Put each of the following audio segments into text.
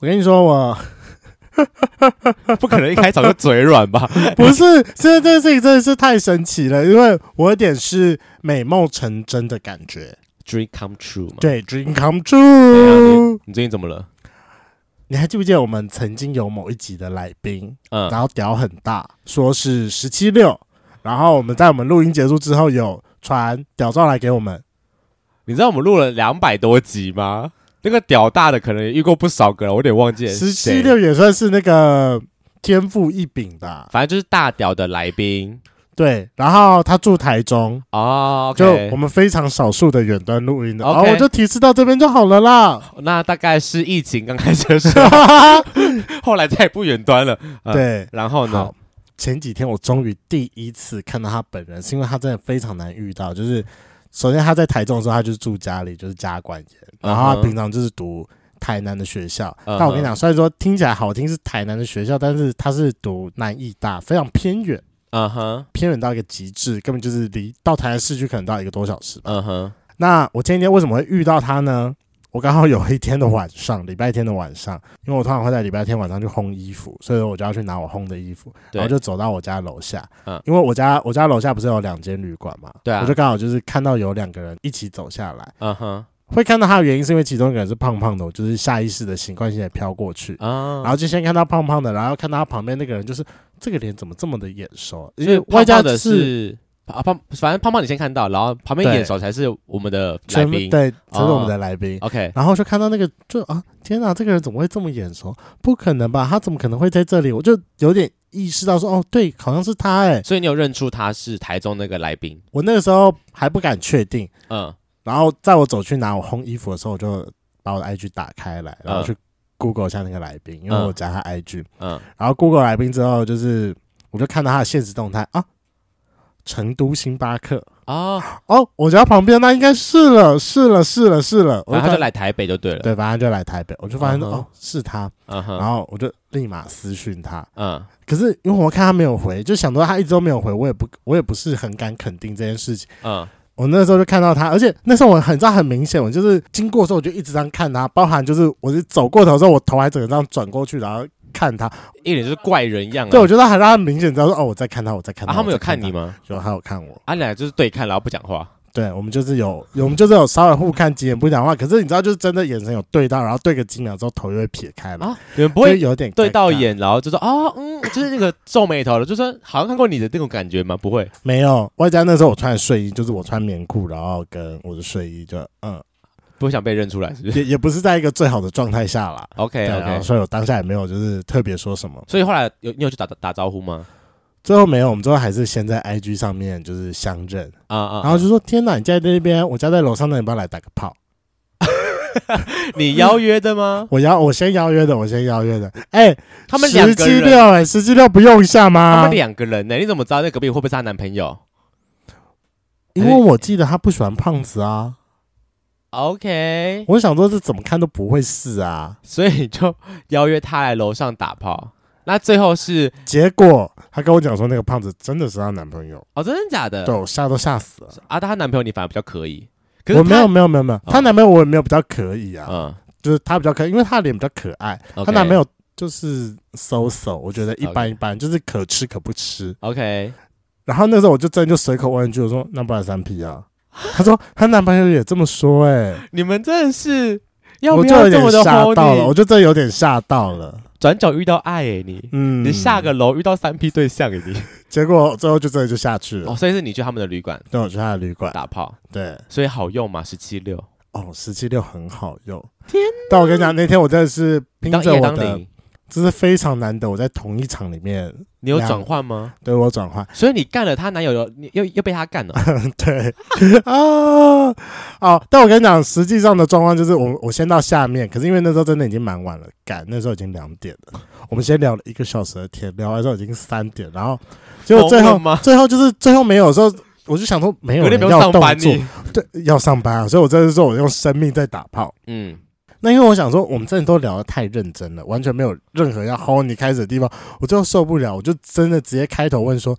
我跟你说， 我不可能一开场就嘴软吧？不是这这事情真的是太神奇了，因为我有点是美梦成真的感觉， Dream come true 嘛。对，dream come 嗯对啊， true 你。你最近怎么了？你还记不记得我们曾经有某一集的来宾，嗯，然后屌很大，说是十七六，然后我们在我们录音结束之后有传屌照来给我们，你知道我们录了两百多集吗？那个屌大的可能也遇过不少个了，我有点忘记了是十谁七六，也算是那个天赋异禀的啊、反正就是大屌的来宾对。然后他住台中，哦。就 OK 我们非常少数的远端录音的，然 OK 后我就提示到这边就好了啦。那大概是疫情刚开始的时候， 后来再也不远端了。嗯，对，然后呢好？，前几天我终于第一次看到他本人，是因为他真的非常难遇到。就是首先他在台中的时候，他就是住家里，就是家管严，然后他平常就是读台南的学校。嗯嗯哼但我跟你讲，虽然说听起来好听是台南的学校，但是他是读南艺大，非常偏远，嗯哼，偏远到一个极致，根本就是离到台南市区可能到一个多小时吧。嗯哼，那我前几天为什么会遇到他呢？我刚好有一天的晚上，礼拜天的晚上，因为我通常会在礼拜天晚上去烘衣服，所以说我就要去拿我烘的衣服，对然后就走到我家楼下。嗯因为我家我家楼下不是有两间旅馆嘛，对啊我就刚好就是看到有两个人一起走下来，嗯哼，会看到他的原因是因为其中一个人是胖胖的，我就是下意识的习惯性的飘过去，啊，然后就先看到胖胖的，然后看到他旁边那个人，就是这个脸怎么这么的眼熟？因所以为外外加加的是是啊胖，反正胖胖你先看到，然后旁边对眼熟才是我们的来全部宾。对，才是我们哦的来宾。 OK，然后就看到那个，就啊，天哪，这个人怎么会这么眼熟？不可能吧？他怎么可能会在这里？我就有点意识到说，哦，对，好像是他哎、所以你有认出他是台中那个来宾？我那个时候还不敢确定。嗯，然后在我走去拿我烘衣服的时候，我就把我的 IG 打开来，然后去 Google 一下那个来宾，因为嗯我加他 IG。嗯，然后 Google 来宾之后，就是我就看到他的现实动态啊，成都星巴克哦，哦，我家旁边那应该是了，是了，是了，是了。我然后他看就来台北就对了。对，反正就来台北，我就发现、嗯哼哦是他。嗯然哼，后我就立马私讯他，嗯，可是因为我看他没有回，就想到他一直都没有回，我也不我也不是很敢肯定这件事情。嗯，我那时候就看到他，而且那时候我很知道很明显，我就是经过的时候我就一直这样看他，包含就是我是走过头之后，我头还整个这样转过去，然后看他。一脸就是怪人样啊。对，我觉得很让他明显知道说哦，我在看他，我在看他。啊，他们有我在看看你？吗？有，他有看我。啊，你俩就是对看，然后不讲话。对，我们就是有，我们就是有稍微互看几眼不讲话，可是你知道，就是真的眼神有对到，然后对个几秒之后头又会撇开了，啊，你们不就会有点对到尴尬眼，然后就说啊，嗯，就是那个皱眉头的，就说好像看过你的那种感觉吗？不会，没有，外加那时候我穿的睡衣，就是我穿棉裤，然后跟我的睡衣就嗯，不会想被认出来，是不是也也不是在一个最好的状态下啦。 ？OK 对，然后 OK。所以我当下也没有就是特别说什么，所以后来有你有去打打招呼吗？最后没有，我们最后还是先在 IG 上面就是相认，啊嗯啊！然后就说天哪，你家在那边，我家在楼上，那你不要来打个炮？你邀约的吗？我邀我先邀约的，我先邀约的，哎，他们两十个七人，六哎，十七六不用一下他吗们？两个人呢、你怎么知道那隔壁会不会是她男朋友因为我记得他不喜欢胖子啊， ？OK，我想说这怎么看都不会是啊，所以就邀约他来楼上打炮。那最后是结果他跟我讲说那个胖子真的是她男朋友，哦，真的假的？对我吓都吓死了。啊，但她男朋友你反而比较可以，可是我没她有，没有没有没有，她哦男朋友我也没有比较可以啊，嗯，就是她比较可以，因为她的脸比较可爱， OK 她男朋友就是 so so，我觉得一般 OK 一般，就是可吃可不吃。 OK，然后那时候我就真的就随口问一句，我说那不然三 P 啊？ 她说她男朋友也这么说、欸，你们真的是哎，要我不就要有这么的点吓荒到了，谬我就真的有点吓到了。转角遇到爱诶、你。嗯，你下个楼遇到三 P 对象已经结果最后就真的就下去了哦，，所以是你去他们的旅馆跟我去她的旅馆，打炮，对。所以好用嘛？十七六，哦，十七六很好用。天！但我跟你讲，那天我真的是你拼当着夜我当的零，这是非常难得。我在同一场里面你有转换吗？对我转换， 所以你干了她男友的，你又又被她干了。对啊，哦，但我跟你讲，实际上的状况就是我我先到下面，可是因为那时候真的已经蛮晚了，赶那时候已经两点了。我们先聊了一个小时的天，聊完之后已经三点，然后结果最疯了后吗最后就是最后没有的时候，我就想说 没有隔天人不用要上动班作你，对，要上班啊，所以我这是说我用生命在打炮。嗯，那因为我想说，我们真的都聊得太认真了，完全没有任何要薅你开始的地方，我最后受不了，我就真的直接开头问说：“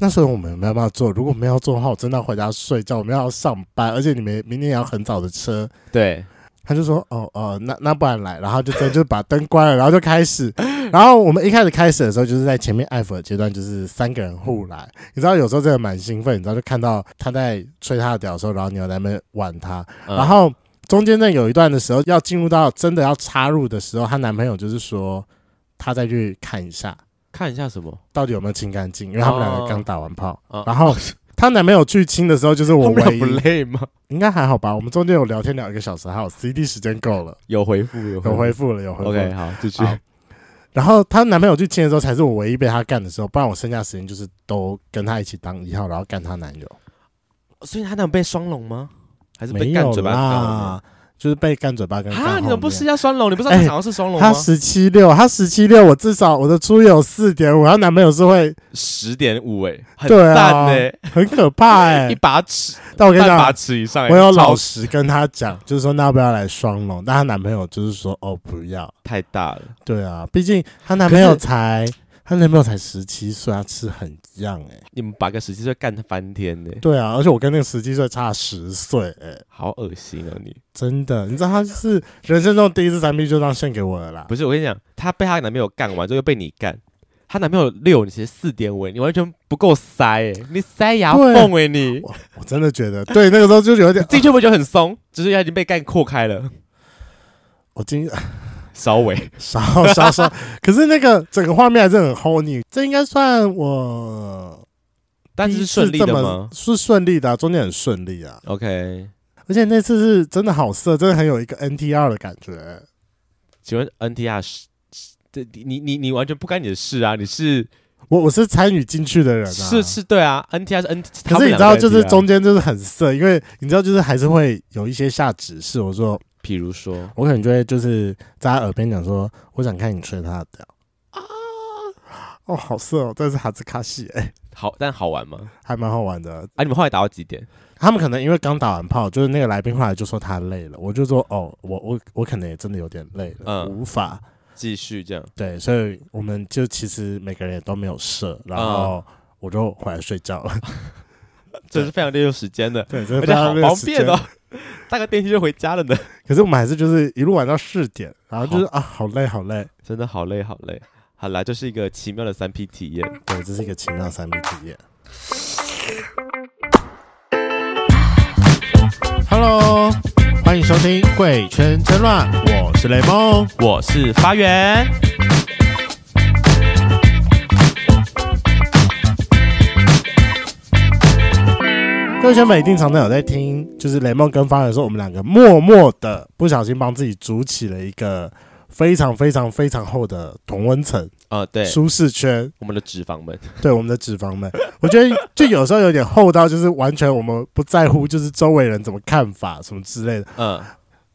那所以我们有没有办法做？如果没有做的话，我真的要回家睡觉，我们要上班，而且你们明天也要很早的车。对，”他就说：“哦哦、呃那那不然来。”然后就 真的就把灯关了，然后就开始。然后我们一开始开始的时候，就是在前面爱抚的阶段，就是三个人互来。嗯你知道有时候真的蛮兴奋，你知道就看到他在吹他的屌的时候，然后你又在那边玩他，嗯然后中间在有一段的时候，要进入到真的要插入的时候，她男朋友就是说，她再去看一下看一下什么，到底有没有清干净，因为他们两个刚打完炮。哦然后她男朋友去亲的时候，就是我他们俩唯不一，累吗？应该还好吧？我们中间有聊天聊一个小时，还有 CD 时间够了，有回复，有有回恢复。复了，有恢复了。 OK，好，继续。好然后她男朋友去亲的时候，才是我唯一被她干的时候，不然我剩下时间就是都跟她一起当一号，然后干她男友。所以她男友被双龙吗？还是没被干有嘴巴？啦，就是被干嘴巴跟干后啊，你怎么不面哎试一下双龙？你不知道他想要是双龙吗他？十七六，他十七六，我至少我的猪友四点五，她男朋友是会十点五哎，很对啊赞哎，很可 怕哎、一把尺，但我跟你半把讲，尺以上欸，我有老超实跟她讲，就是说那要不要来双龙？但她男朋友就是说哦不要。太大了，对啊，毕竟她男朋友可是才她男朋友才十七岁，她吃很样哎、你们把个十七岁干翻天呢，对啊，而且我跟那个十七岁差十岁哎、好恶心哦你！真的，你知道她是人生中第一次三 P 就这样献给我了啦。不是我跟你讲，她被她男朋友干完之后又被你干。她男朋友六，你其实四点五，你完全不够塞哎，你塞牙对缝哎你，我真的觉得，对那个时候就有 点，自己就会觉得很松，只是她已经被干扩开了，我 今稍微少少少，可是那个整个画面还是很 honey，这应该算我但第是一次是顺利这的么吗是顺利的啊、中间很顺利啊， ？OK，而且那次是真的好色，真的很有一个 NTR 的感觉。请问 NTR 是是这你你你完全不干你的事啊，你是我我是参与进去的人啊，是。是对啊，NTR 是 N，可是你知道，就是中，间就是很色，因为你知道，就是还是会有一些下指示。我说，比如说我可能就会就是在他耳边讲说，我想看你吹他的屌啊，哦，好色哦，这是哈兹卡西，哎，好，但好玩吗？还蛮好玩的。啊，你们后来打到几点？他们可能因为刚打完炮，就是那个来宾后来就说他累了，我就说哦，我我我可能也真的有点累了，嗯无法继续这样，对，所以我们就其实每个人也都没有射，然嗯后我就回来睡 觉了。这是非常利用时间的，对，真的而 非且好常方便哦。， 搭个电梯就回家了呢，可是我们还是就是一路玩到四点，然后就是啊，好累好累。真的好累好累。好啦，就是一个奇妙的三 P 体验。对，这是一个奇妙的三 D 体验。Hello，欢迎收听《贵圈争乱》，我是雷梦。我是发源，各位圈粉一定常常有在听，就是雷梦跟方圆说，我们两个默默的不小心帮自己筑起了一个非常非常非常厚的同温层、呃，对，舒适圈，我们的脂肪们，对我们的脂肪们，我觉得就有时候有点厚到就是完全我们不在乎，就是周围人怎么看法什么之类的。嗯，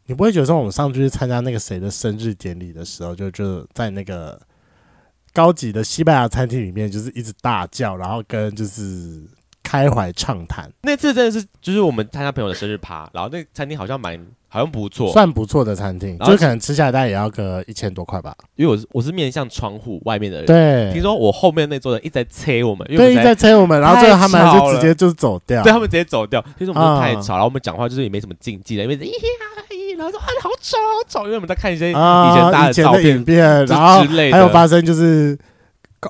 你不会觉得说我们上次去参加那个谁的生日典礼的时候，就就在那个高级的西班牙餐厅里面，就是一直大叫，然后跟就是开怀畅谈。那次真的是，就是我们参加朋友的生日趴，然后那个餐厅好像蛮，好像不错，算不错的餐厅，然就后是可能吃下来大概也要个一千多块吧。因为我是我是面向窗户外面的人，听对，说我后面那桌人一直在催我们，因为我对，一们直在在催我们，然后最后他们还太吵是了直接就是走掉 对。他们直接走掉，就是我们真的太啊吵，然后我们讲话就是也没什么禁忌的，因为一直咦呀咦，然后说啊好吵好吵，因为我们在看一些以前大家啊，的以前照的片影，片，之然后之类的还有发生就是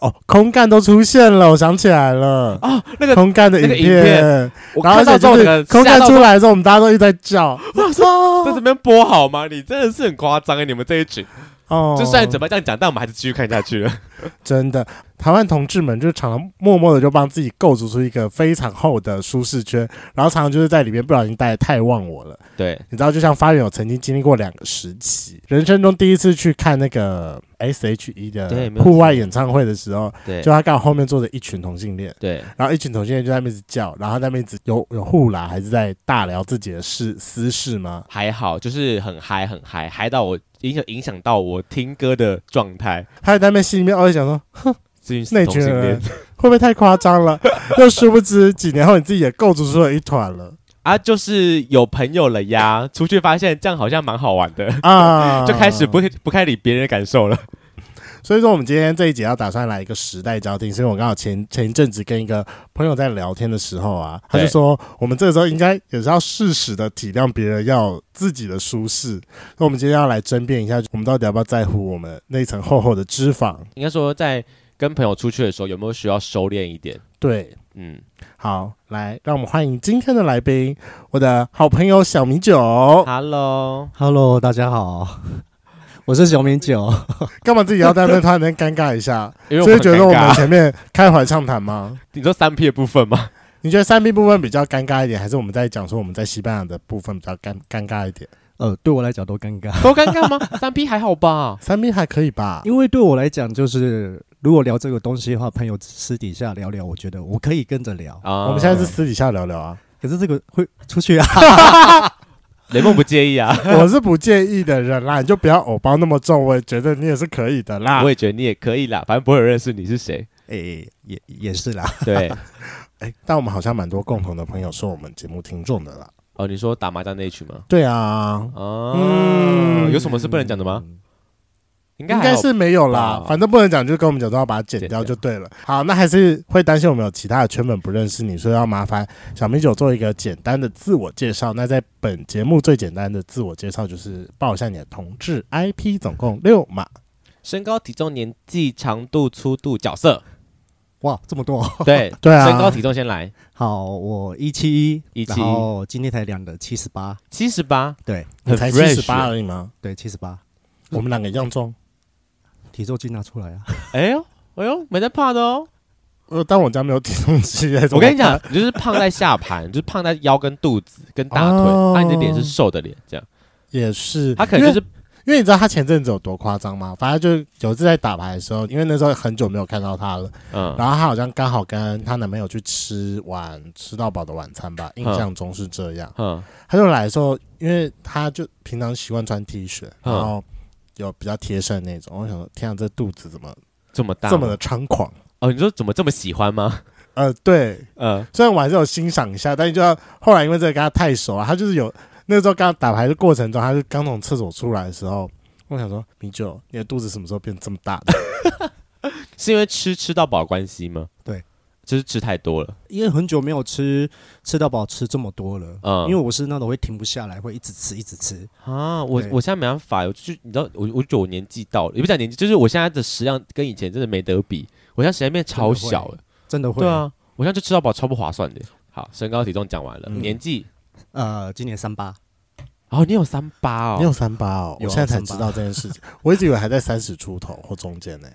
哦，空干都出现了，我想起来了，哦，那个空干的那影个影片，我然后看到而且之就后整是个空吓干到出，来的时候，我们大家都一直在叫，我说在这边播好吗？你真的是啊 很夸张哎，你们这一群，哦，就算怎么这样讲，但我们还是继续看下去了。真的，台湾同志们就常常默默的就帮自己构筑出一个非常厚的舒适圈，然后常常就是在里面不小心待的太忘我了。 对，你知道，就像发源有曾经经历过两个时期，人生中第一次去看那个 S.H.E 对的没有错户外演唱会的时候，对就，他刚好后面坐着一群同性恋，对，然后一群同性恋就在那边一直叫，然后在那边一直有有互拉，还是在大聊自己的事私事吗？还好，就是很嗨，很嗨，嗨到我影响影响到我听歌的状态。还有在那边心里面偶尔想说，最近是那同群性恋人会不会太夸张 了？又殊不知几年后你自己也构筑出了一团了啊，就是有朋友了 呀，出去发现这样好像蛮好玩的，啊！就开始不不太理别人的感受了。所以说，我们今天这一节要打算来一个时代交替，所以我刚好前前一阵子跟一个朋友在聊天的时候啊，他就对说，我们这个时候应该也是要适时的体谅别人，要有自己的舒适。那我们今天要来争辩一下，我们到底要不要在乎我们那层厚厚的脂肪？应该说，在跟朋友出去的时候，有没有需要收敛一点？对，嗯，好，来，让我们欢迎今天的来宾，我的好朋友小米酒。 Hello， Hello，大家好， 我是小米酒。干嘛自己要在那边突然间尴尬一下？因为我所以很觉得我尴尬们前面开怀畅谈吗？你说三 P 的部 分吗？你觉得三 B 部分比较尴尬一点，还是我们在讲说我们在西班牙的部分比较尴尴尬一点？呃，对我来讲都尴尬，都尴尬吗？三 P 还好吧？三 B 还可以吧？因为对我来讲就是，如果聊这个东西的话，朋友私底下聊聊，我觉得我可以跟着聊。啊我们现在是私底下聊聊啊，可是这个会出去啊， 雷梦不介意啊， 我是不介意的人啦，你就不要偶包那么重，我也觉得你也是可以的啦我。也觉得你也可以啦，反正不会有人认识你是谁。诶、也也是啦。对， 哎，但我们好像蛮多共同的朋友是我们节目听众的啦。哦，你说打麻将那一群吗？对啊，哦，嗯有什么是不能讲的吗？嗯应该应还该好是没有啦吧，反正不能讲，就跟我们讲说要把它剪掉就对了。好，那还是会担心我们有其他的圈粉不认识你，所以要麻烦小米酒做一个简单的自我介绍。那在本节目最简单的自我介绍就是报一下你的同志 IP，总共六码。身高、体重、年纪、长度、粗度、角色，哇，这么多！对对啊身高体重先来，好，我一七一， 171然后今天才量的七十八，七十八，对你很才七 fresh 嗯十八而已吗？对，七十八，我们两个一样重，体重计拿出来啊。 哎呦哎呦，没在怕的哦。呃，但我家没有体重 计。我跟你讲，你就是胖在下盘，就是胖在腰跟肚子跟大腿，哦那、你的脸是瘦的脸，这样，也是，他可能因为就是因为你知道他前阵子有多夸张吗？反正就是有一次在打牌的时候，因为那时候很久没有看到他了，嗯，然后她好像刚好跟她男朋友去吃晚吃到饱的晚餐吧，印象中是这样。嗯，她就来的时候，因为她就平常习惯穿 T 恤，嗯然后有比较贴身那种。我想说，天啊，这肚子怎么这么大，这么的猖狂？哦，你说怎么这么喜欢吗？呃，对，嗯，虽然我还是有欣赏一下，但你就要后来因为这个跟她太熟了，她就是有那时候刚打牌的过程中，她就刚从厕所出来的时候，我想说，米酒，你的肚子什么时候变这么大的？ 是因为吃吃到饱的关系吗？对，就是吃太多了，因为很久没有吃吃到饱，吃这么多了。嗯，因为我是那种会停不下来，会一直吃一直吃。啊，我对我现在没办法，我就你知道，我我觉得我年纪到了，也不讲年纪，就是我现在的食量跟以前真的没得比，我现在食量变超小了。真的会。对，啊，我现在就吃到饱超不划算的。好，身高体重讲完了，嗯年纪呃，今年三八，哦，你有三八你哦，有三八哦，我有啊现在才38知道这件事情， 我一直以为还在三十出头或中间呢、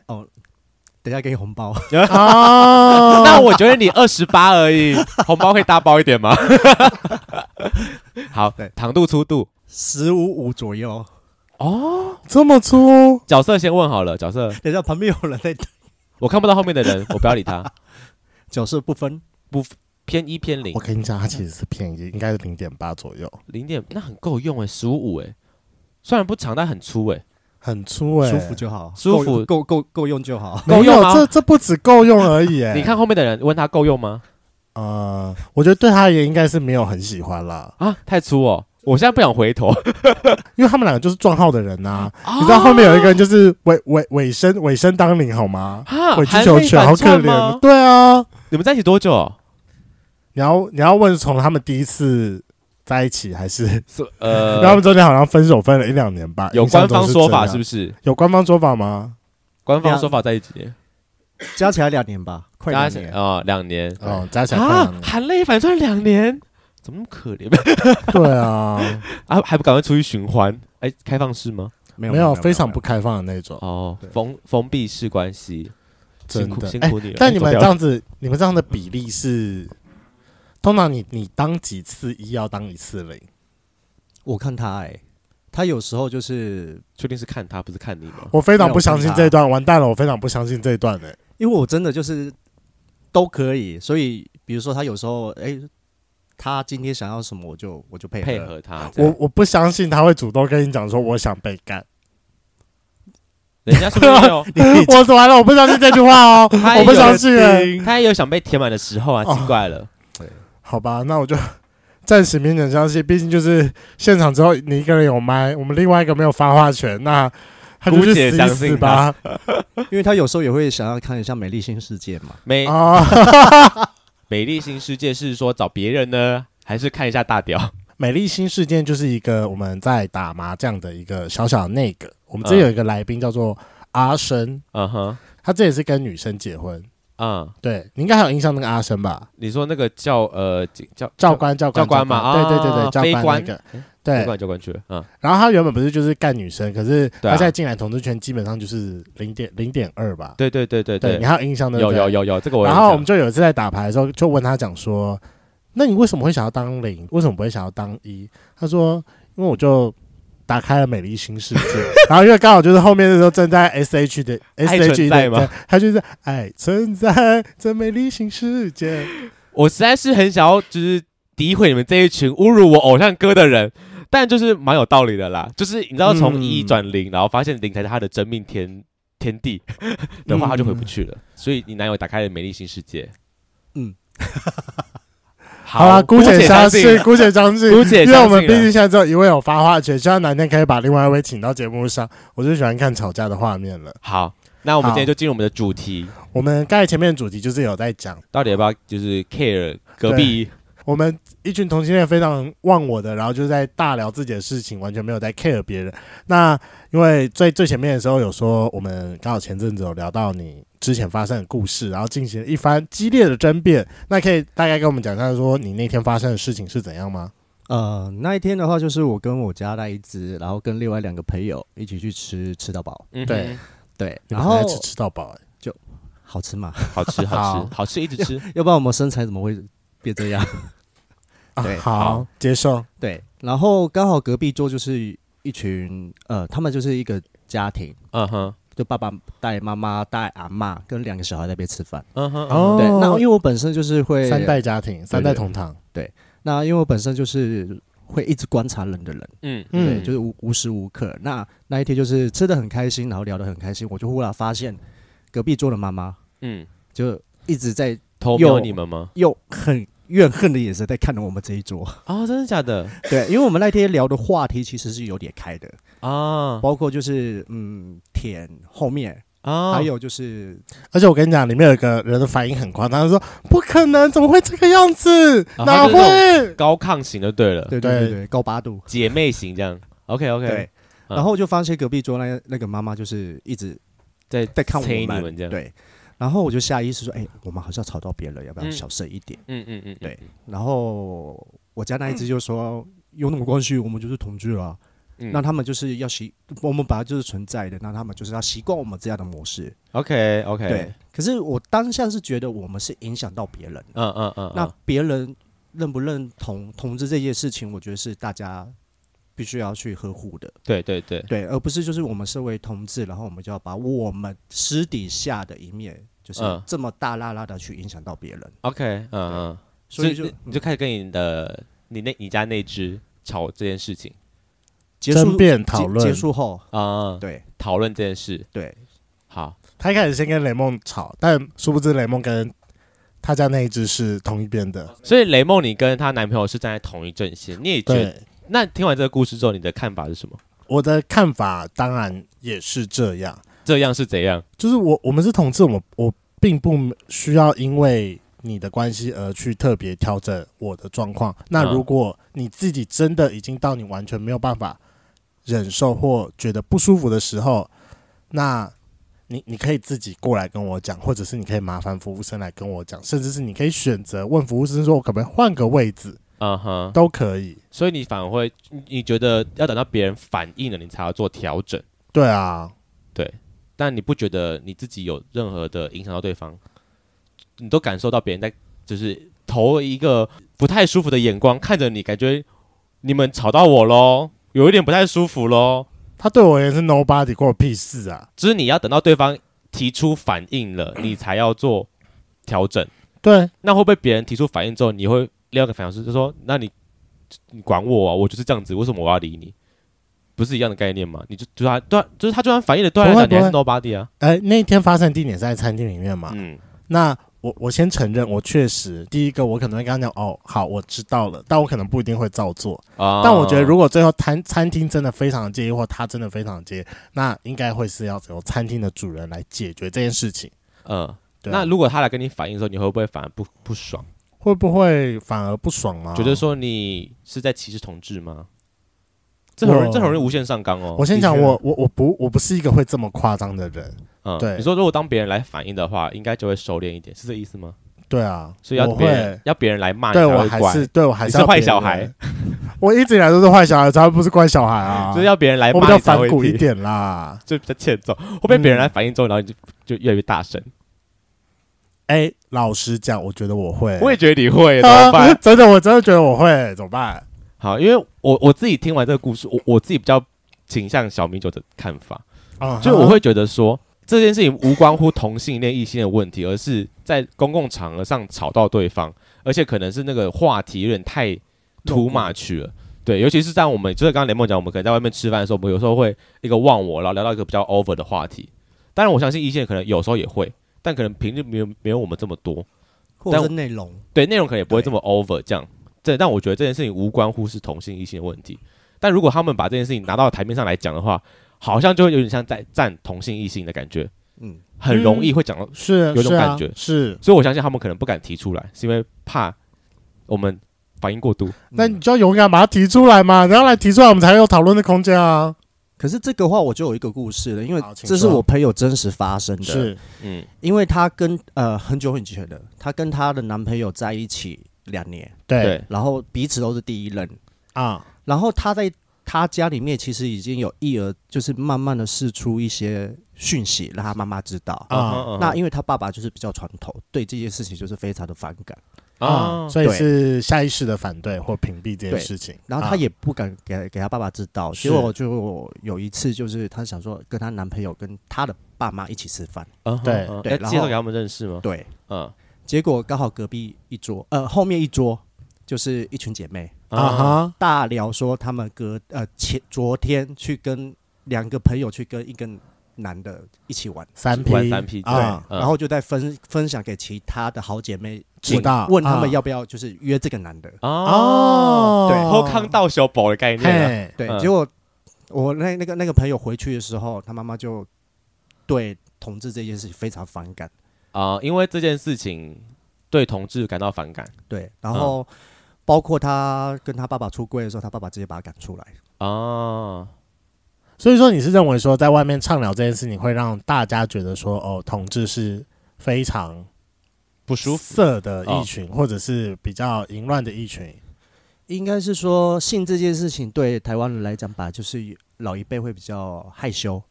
等一下给你红包。 哦，那我觉得你二十八而已，红包可以大包一点吗？ 好对，长度粗度十五五左右。哦，这么粗，角色先问好了，角色等一下旁边有人在我看不到后面的人，我不要理他，角色不分，偏一偏零我跟你讲，它其实是便宜，应该是零点八左右，零点，那很够用哎，十五五哎，虽然不长，但很粗哎，很粗哎、舒服就好，舒服够够够够用就好。没够用有吗这这不止够用而已、哎， 你，看后面的人问他够用吗？呃，我觉得对他也应该是没有很喜欢啦，啊，太粗哦！我现在不想回头。因为他们两个就是撞号的人呐、哦你知道后面有一个人就是尾尾尾声尾声当零好吗？ 啊尾气球犬好可怜哦，。对啊，你们在一起多久？你要你要问从他们第一次在一起还是？是因为他呃们，中间好像分手分了一两年吧，有印象官中方说法这是样不是？有官方说法吗？官方说法在一起，加起来两年吧，快大两家想年。啊，两年哦，加起来快啊两， 年含泪反串两年，怎么那么可怜 对啊，啊？还不赶快出去循环？哎，开放式吗？没没有非常不。开放的那种。哦对，封封闭式关系。辛真苦的辛哎苦你了。但你走们掉这样子，你们这样的比例是，通常你你当几次一要当一次零，我看他哎、他有时候就是确定是看他，不是看你吗？我非常不相信这一段，完蛋了，我非常不相信这一段的、因为我真的就是都可以，所以比如说他有时候哎、他今天想要什么我就我就配合。配合他，这样我我不相信他会主动跟你讲说我想被干，人家说没有，我完了，我不相信这句话哦，他也我不相信、欸，有他也有想被填满的时候啊，哦奇怪了，好吧，那我就 暂时勉强相信，毕竟就是现场之后你一个人有麦，我们另外一个没有发话权，那他就姑去且死相一死信吧，因为他有时候也会想要看一下《美丽新世界》嘛，美啊。美丽新世界是说找别人呢，还是看一下大屌？ 美丽新事件就是一个我们在打麻将的一个小小的内个。我们这有一个来宾叫做阿生，嗯哼，他这也是跟女生结婚。嗯，对，你应该还有印象那个阿生吧？你说那个叫呃警叫教官，教官，教官嘛对啊对对对，非教官那个。教对，官教官去了，嗯，然后他原本不是就是干女生，可是对他啊现在进来同志圈基本上就是零点零点二吧？对对对对对，你，还有印象的？有有。有有这个我有然印象，后我们就有一次在打牌的时候，就问他讲说：“那你为什么会想要当零？为什么不会想要当一？”他说：“因为我就打开了美丽新世 界，然后因为刚好就是后面的时候正在 S H 的 S 爱 H 存在吗的，他就是爱存在这美丽新世界。我实在是很想要就是诋毁你们这一群侮辱我偶像歌的人，但就是蛮有道理的啦。就是你知道从嗯一转零，然后发现零才是他的真命天 天地的话，他就回不去了。嗯所以你男友打开了美丽新世界。 嗯，好好啦，姑且相信，信，姑且相信，姑且因为我相们信毕竟了。现在只有一位有发话权，希望哪天可以把另外一位请到节目上。我最喜欢看吵架的画面了。好，那我们好今天就进入我们的主题，我们刚才前面的主题就是有在讲。”到底要不要就是 care 隔壁？我们一群同性恋非常忘我的，然后就在大聊自己的事情，完全没有在 care 别人。那因为最最前面的时候有说，我们刚好前阵子有聊到你之前发生的故事，然后进行了一番激烈的争辩。那可以大概跟我们讲一下，说你那天发生的事情是怎样吗？呃，那一天的话，就是我跟我家那一只，然后跟另外两个朋友一起去吃吃到饱，嗯哼对，对，你然们还后在吃吃到饱、欸，好吃嘛，好吃好好吃好吃，一直吃。要不然我们身材怎么会变这样？ 啊对好好接受。对，然后刚好隔壁桌就是一群呃，他们就是一个家庭，嗯哼，就爸爸带妈妈带阿嬷跟两个小孩在那边吃饭。嗯哼，哦对，那因为我本身就是会三代，家庭，三代同堂，那因为我本身就是会一直观察人的人，嗯嗯对，就是无无时无刻。那那一天就是吃的很开心，然后聊得很开心，我就忽然发现隔壁桌的妈妈嗯，就一直在偷瞄你们吗？用很怨恨的眼神在看着我们这一桌。 啊，真的假的对，因为我们那天聊的话题其实是有点开的，啊包括就是嗯舔后面，啊！还有就是而且我跟你讲，里面有一个人的反应很夸张，他说：“不可能，怎么会这个样子？啊哪他就是那会？”高亢型就对了，对对对对对高八度，姐妹型这样。OK OK，对，。嗯然后就发现隔壁桌那那个妈妈就是一直在在看我催你们这样，，对。然后我就下意识说：“哎、我们好像吵到别人了，要不要嗯小声一点嗯嗯嗯，嗯对？”然后我家那一只就说：“有什么关系？我们就是同居了啊、嗯那他们就是要习，我们本来就是存在的，那他们就是要习惯我们这样的模式。 OK OK，对，，可是我当下是觉得我们是影响到别人的，嗯嗯嗯，那嗯别人认不认同同志这件事情，我觉得是大家必须要去呵护的。对对对，对，而不是就是我们身为同志，然后我们就要把我们私底下的一面，就是嗯这么大啦啦的去影响到别人， OK，嗯嗯，所以就你你就开始跟你的你那你家那只吵这件事情结束争辩结讨论结束后，啊，对讨论这件事，对，好，他一开始先跟雷梦吵，但殊不知雷梦跟他家那一只是同一边的。所以雷梦你跟她男朋友是站在同一阵线，你也觉得？对，那听完这个故事之后，你的看法是什么？我的看法当然也是这样，这样是怎样？就是我我们是同志，我们我并不需要因为你的关系而去特别调整我的状况。那嗯如果你自己真的已经到你完全没有办法忍受或觉得不舒服的时候，那你你可以自己过来跟我讲，或者是你可以麻烦服务生来跟我讲，甚至是你可以选择问服务生说，我可不可以换个位置，嗯哼，都可以。所以你反而会，你你觉得要等到别人反应了，你才要做调整。对啊，对，但你不觉得你自己有任何的影响到对方，你都感受到别人在就是投一个不太舒服的眼光看着你，感觉你们吵到我喽，有一点不太舒服喽。他对我也是 nobody，关我屁事啊！就是你要等到对方提出反应了，你才要做调整。对，那会不会别人提出反应之后，你会另外一个反应是，就说，那你你管我啊，我就是这样子，为什么我要理你？不是一样的概念吗？你就对他对啊，就是他就算反应的对他来不讲，会你还是不 nobody 啊。哎、那一天发生的地点是在餐厅里面嘛？嗯，那我我先承认，我确实第一个我可能会跟他讲，哦，好，我知道了，但我可能不一定会照做。啊但我觉得如果最后餐餐厅真的非常介意，或他真的非常介意，那应该会是要由餐厅的主人来解决这件事情。嗯，对啊那如果他来跟你反应的时候，你会不会反而不不爽，会不会反而不爽吗？觉得说你是在歧视同志吗？这很容易，我这很容易无限上纲哦。我先讲的确我，我我不我不是一个会这么夸张的人，嗯，对你说如果当别人来反应的话，应该就会收敛一点，是这意思吗？对啊，所以要我别人会，要别人来骂你对才我会还怪，是对我还你是是要坏别小人孩，我一直以来都是坏小孩，才不是乖小孩啊， 就是要别人来我骂比你较才反会骨一听点啦。就比较欠揍。后面别人来反应之后，然后你就就越来越大声。哎，老实讲，我觉得我会，我也觉得你会，怎么嗯啊办？ 真的，我真的觉得我会，怎么办？好，因为我我自己听完这个故事，我我自己比较倾向小米酒的看法，啊，就我会觉得说这件事情无关乎同性恋、异性的问题，而是在公共场合上吵到对方，而且可能是那个话题有点太 too much 了。对，尤其是在我们就是刚刚雷梦讲，我们可能在外面吃饭的时候，我们有时候会一个忘我，然后聊到一个比较 over 的话题。当然，我相信异性可能有时候也会，但可能频率没有没有我们这么多。或者但是内容，对内容可能也不会这么 over 这样。对，但我觉得这件事情无关乎是同性异性的问题。但如果他们把这件事情拿到台面上来讲的话，好像就会有点像在站同性异性的感觉，嗯，很容易会讲到。是有种是啊感觉是。所以我相信他们可能不敢提出来，是因为怕我们反应过度。那你嗯就要勇敢把它提出来嘛，然后来提出来，我们才有讨论的空间啊。可是这个话我就有一个故事了，因为好请这是说我朋友真实发生的，是，嗯因为她跟呃很久很久的，她跟她的男朋友在一起两年，对对，然后彼此都是第一任，啊，然后她在她家里面其实已经有意而就是慢慢的试出一些讯息，让她妈妈知道。啊嗯那因为她爸爸就是比较传统，对这件事情就是非常的反感，啊，啊，所以对是下意识的反对或屏蔽这件对事情。然后啊她也不敢给给她爸爸知道。是结果就有一次，就是她想说跟她男朋友跟她的爸妈一起吃饭，嗯对嗯对要然介绍后给他们认识吗？对，嗯结果刚好隔壁一桌，呃，后面一桌就是一群姐妹，啊嗯哈，大聊说他们隔呃前昨天去跟两个朋友去跟一个男的一起玩，三玩 P 三 P 啊，嗯然后就在分分享给其他的好姐妹知道问他们啊要不要就是约这个男的，哦，对后康啊到小宝的概念啊，嘿，对，嗯结果我那那个那个朋友回去的时候，他妈妈就对同志这件事情非常反感，啊，因为这件事情对同志感到反感对，然后嗯包括他跟他爸爸出柜的时候，他爸爸直接把他赶出来。啊，所以说你是认为说在外面畅聊这件事情会让大家觉得说哦，同志是非常不舒服。哦色的一群，或者是比较淫乱的一群。应该是说性这件事情对台湾人来讲吧，就是老一辈会比较害羞，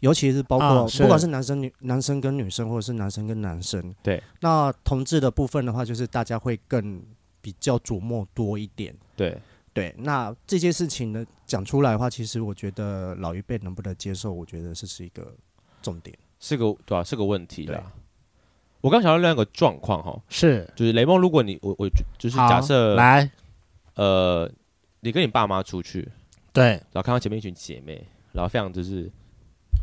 尤其是包括、啊是不管是男生女男生跟女生，或者是男生跟男生。对，那同志的部分的话，就是大家会更比较琢磨多一点。对，对，那这件事情呢讲出来的话，其实我觉得老一辈能不能接受，我觉得这是一个重点。是个对啊，是个问题对啦。我刚想到另外一个状况哈，是，就是雷梦，如果你我我就就是好假设来，呃，你跟你爸妈出去，对，然后看到前面一群姐妹，然后非常就是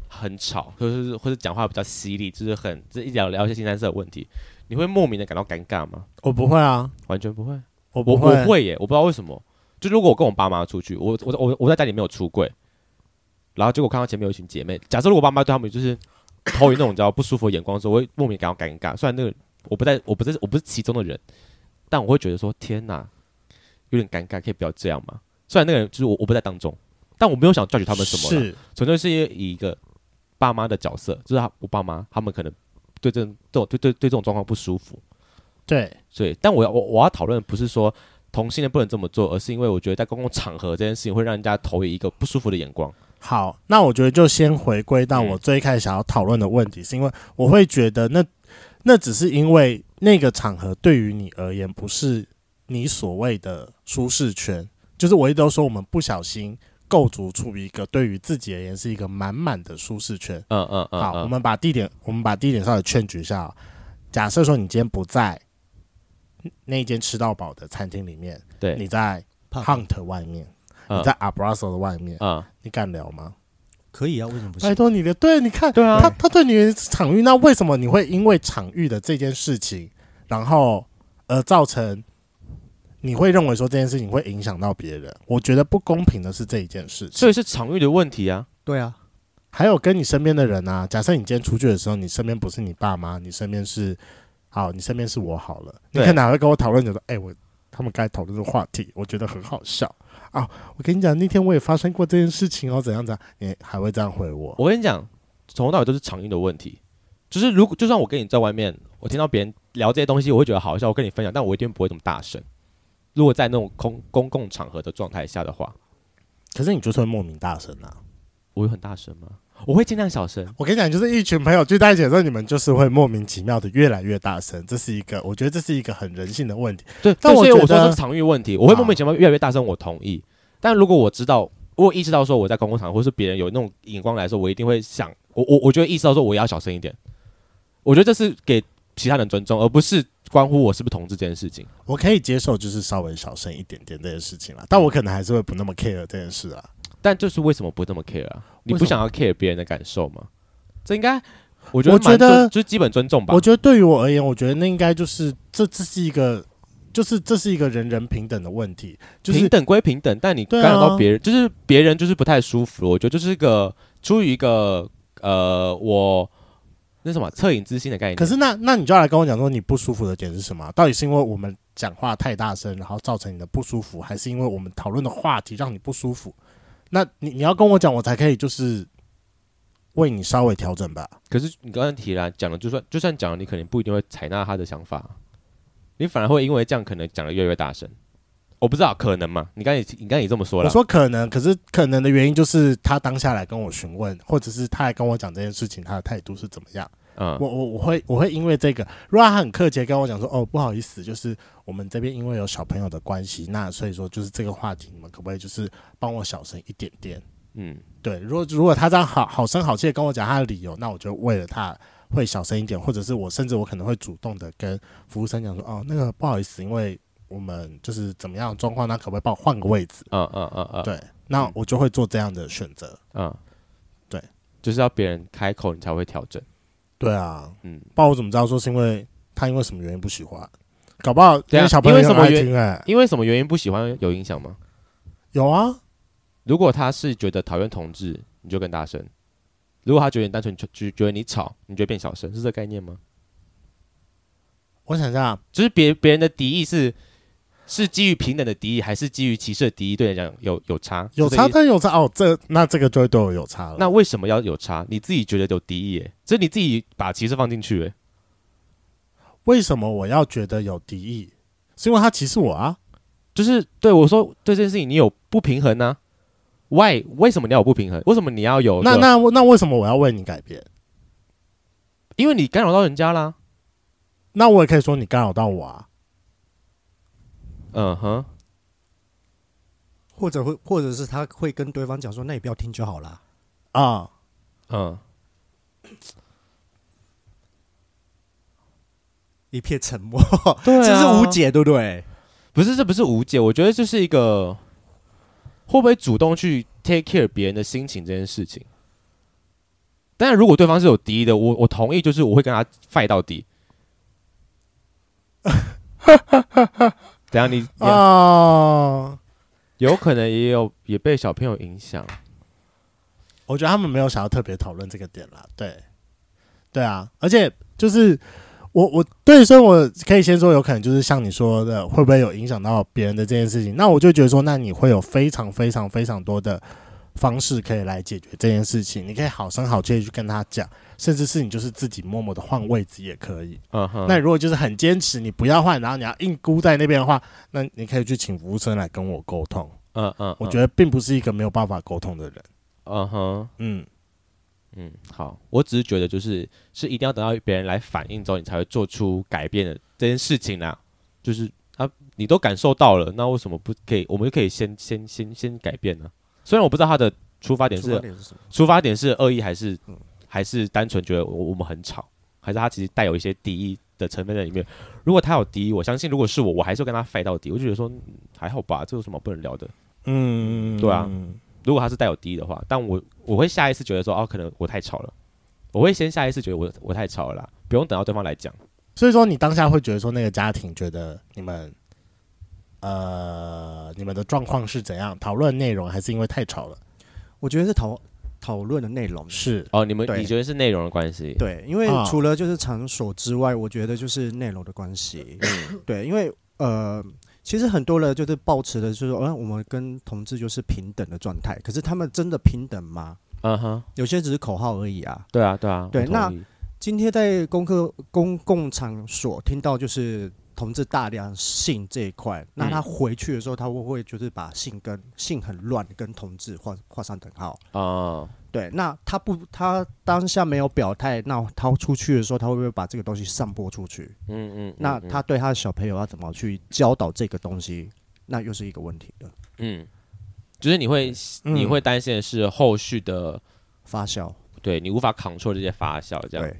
很吵，或者是或者讲话比较犀利，就是很就是一聊聊一些新三色的问题，你会莫名的感到尴尬吗？我不会啊，完全不会，我不我会，我会耶，我不知道为什么。就如果我跟我爸妈出去，我我我我在家里没有出柜，然后结果看到前面有一群姐妹，假设如果我爸妈对他们就是投以那种你知道不舒服的眼光的时候，我会莫名感到尴尬。虽然那个我不在，我不是我不是其中的人，但我会觉得说天哪，有点尴尬，可以不要这样吗？虽然那个人就是我我不在当中，但我没有想教育他们什么啦，是纯粹是以一个爸妈的角色，就是他我爸妈他们可能对这种这种对对对这种状况不舒服，对，所以，但我要我我要讨论的不是说同性恋不能这么做，而是因为我觉得在公共场合这件事情会让人家投以一个不舒服的眼光，好，那我觉得就先回归到我嗯最开始想要讨论的问题，是因为我会觉得那那只是因为那个场合对于你而言不是你所谓的舒适圈，就是我一直都说我们不小心构筑出一个对于自己而言是一个满满的舒适圈。嗯嗯嗯，好，嗯我们把地点我们把地点稍微劝举一下哦、假设说你今天不在那一间吃到饱的餐厅里面，对，你在胖 Hunt 外面，嗯你在 Abrazo 的外面，嗯，你敢聊吗？可以啊，为什么不拜行？托你的，对，你看，对啊他他对你的场域，那为什么你会因为场域的这件事情，然后而造成你会认为说这件事情会影响到别人？我觉得不公平的是这一件事所情，以是场域的问题啊。对啊，还有跟你身边的人啊，假设你今天出去的时候，你身边不是你爸妈，你身边是好，你身边是我好了，你对可能还会跟我讨论着说，哎、我他们刚才讨论的话题，我觉得很好笑啊。我跟你讲，那天我也发生过这件事情哦，怎样怎样，你还会这样回我？我跟你讲，从头到尾都是场域的问题。就是如果就算我跟你在外面，我听到别人聊这些东西，我会觉得好笑，我跟你分享，但我一定不会这么大声。如果在那种公公共场合的状态下的话，可是你就是会莫名大声啊。我会很大声吗？我会尽量小声。我跟你讲，就是一群朋友聚在一起的时候，你们就是会莫名其妙的越来越大声，这是一个，我觉得这是一个很人性的问题。对，但对我所以觉我说得啊这是场域问题，我会莫名其妙越来越大声，我同意。但如果我知道，我有意识到说我在公共场合或是别人有那种眼光来说，我一定会想，我我我就会意识到说我也要小声一点。我觉得这是给其他人尊重，而不是关乎我是不是同志这件事情。我可以接受，就是稍微小声一点点这件事情啦，但我可能还是会不那么 care 这件事啊。但就是为什么不那么 care 啊？你为不什想要 care 别人的感受吗？这应该，我觉得我觉蛮尊，得就是基本尊重吧我。觉得对于我而言，我觉得那应该就是这这是一个，就是这是一个人人平等的问题，就是平等归平等，但你对干啊扰到别人，就是别人就是不太舒服。我觉得就是一个出于一个呃，我那什么恻隐之心的概念。可是那那你就要来跟我讲说你不舒服的点是什么啊、到底是因为我们讲话太大声，然后造成你的不舒服，还是因为我们讨论的话题让你不舒服？那你你要跟我讲，我才可以就是为你稍微调整吧。可是你刚刚提了讲了，就算就算讲了，你可能不一定会采纳他的想法，你反而会因为这样可能讲的越来越大声。我不知道，可能嘛？你刚才也你刚才也这么说我了，说可能，可是可能的原因就是他当下来跟我询问，或者是他来跟我讲这件事情，他的态度是怎么样。嗯我我我会我会因为这个，如果他很客气地跟我讲说，哦，不好意思，就是我们这边因为有小朋友的关系，那所以说就是这个话题，你们可不可以就是帮我小声一点点？嗯，对，如果如果他这样好好声好气的跟我讲他的理由，那我就为了他会小声一点，或者是我甚至我可能会主动的跟服务生讲说，哦，那个不好意思，因为我们就是怎么样的状况，那可不可以帮我换个位置？嗯嗯嗯嗯，对，那我就会做这样的选择。嗯，对，就是要别人开口你才会调整。对啊，嗯，不然我怎么知道说是因为他因为什么原因不喜欢？搞不好对啊那小朋友因为什么很爱原听哎、因为什么原因不喜欢有影响吗？有啊，如果他是觉得讨厌同志，你就更大声；如果他觉得你单纯就就觉得你吵，你就会变小声，是这个概念吗？我想一下，就是别别人的敌意是是基于平等的敌意，还是基于歧视的敌意？对你来讲有有差，有是这个差意思。但有差哦，这那这个就会对我有差了。那为什么要有差？你自己觉得有敌意、耶，这是你自己把歧视放进去、耶。为什么我要觉得有敌意？是因为他歧视我啊？就是对我说对这件事情你有不平衡呢、Why？为什么你要有不平衡？为什么你要有那个那那为什么我要为你改变？因为你干扰到人家啦。那我也可以说你干扰到我啊。嗯哼，或者会，或者是他会跟对方讲说，那你不要听就好啦。啊，嗯，一片沉 默，对、啊，这是无解，对不对？不是，这不是无解，我觉得这是一个会不会主动去 take care 别人的心情这件事情。但如果对方是有敌意的，我我同意，就是我会跟他 fight 到底。等一下你 你啊，有可能也有也被小朋友影响，我觉得他们没有想要特别讨论这个点啦。对，对啊，而且就是我我对，所以我可以先说，有可能就是像你说的，会不会有影响到别人的这件事情？那我就觉得说，那你会有非常非常非常多的方式可以来解决这件事情。你可以好声好气的去跟他讲，甚至是你就是自己默默的换位置也可以。嗯哼，那如果就是很坚持你不要换，然后你要硬箍在那边的话，那你可以去请服务生来跟我沟通。嗯嗯，我嗯觉得并不是一个没有办法沟通的人。嗯哼，嗯，嗯，好，我只是觉得就是是一定要等到别人来反应之后，你才会做出改变的这件事情啦。就是啊，你都感受到了，那为什么不可以？我们就可以先先先先改变呢？虽然我不知道他的出发点出发是点嗯是什么？出发点是恶意还是还是单纯觉得我我们很吵，还是他其实带有一些敌意的成分在里面。如果他有敌意，我相信如果是我，我还是会跟他 fight 到底。我就觉得说嗯还好吧，这有什么不能聊的？嗯，对啊如果他是带有低的话，但我我会下意识觉得说，哦，可能我太吵了，我会先下意识觉得我我太吵了啦，不用等到对方来讲。所以说，你当下会觉得说，那个家庭觉得你们，呃，你们的状况是怎样？讨论内容还是因为太吵了？我觉得是讨讨论的内容。是，哦，你们对你觉得是内容的关系？，对，因为啊除了就是场所之外，我觉得就是内容的关系。对，因为呃，其实很多人就是抱持的就是说，呃，我们跟同志就是平等的状态，可是他们真的平等吗？嗯哼，有些只是口号而已啊。对啊，对啊，对我同那意今天在公客公共场所听到就是同志大量性这一块，嗯那他回去的时候，他会不会就是把性跟性很乱跟同志画画上等号？哦，对，那他不他当下没有表态，那他出去的时候，他会不会把这个东西散播出去？嗯嗯，那嗯他对他的小朋友要怎么去教导这个东西，那又是一个问题的嗯，就是你会嗯你嗯会担心的是后续的，发酵。对你无法 control 这些发酵，这样对，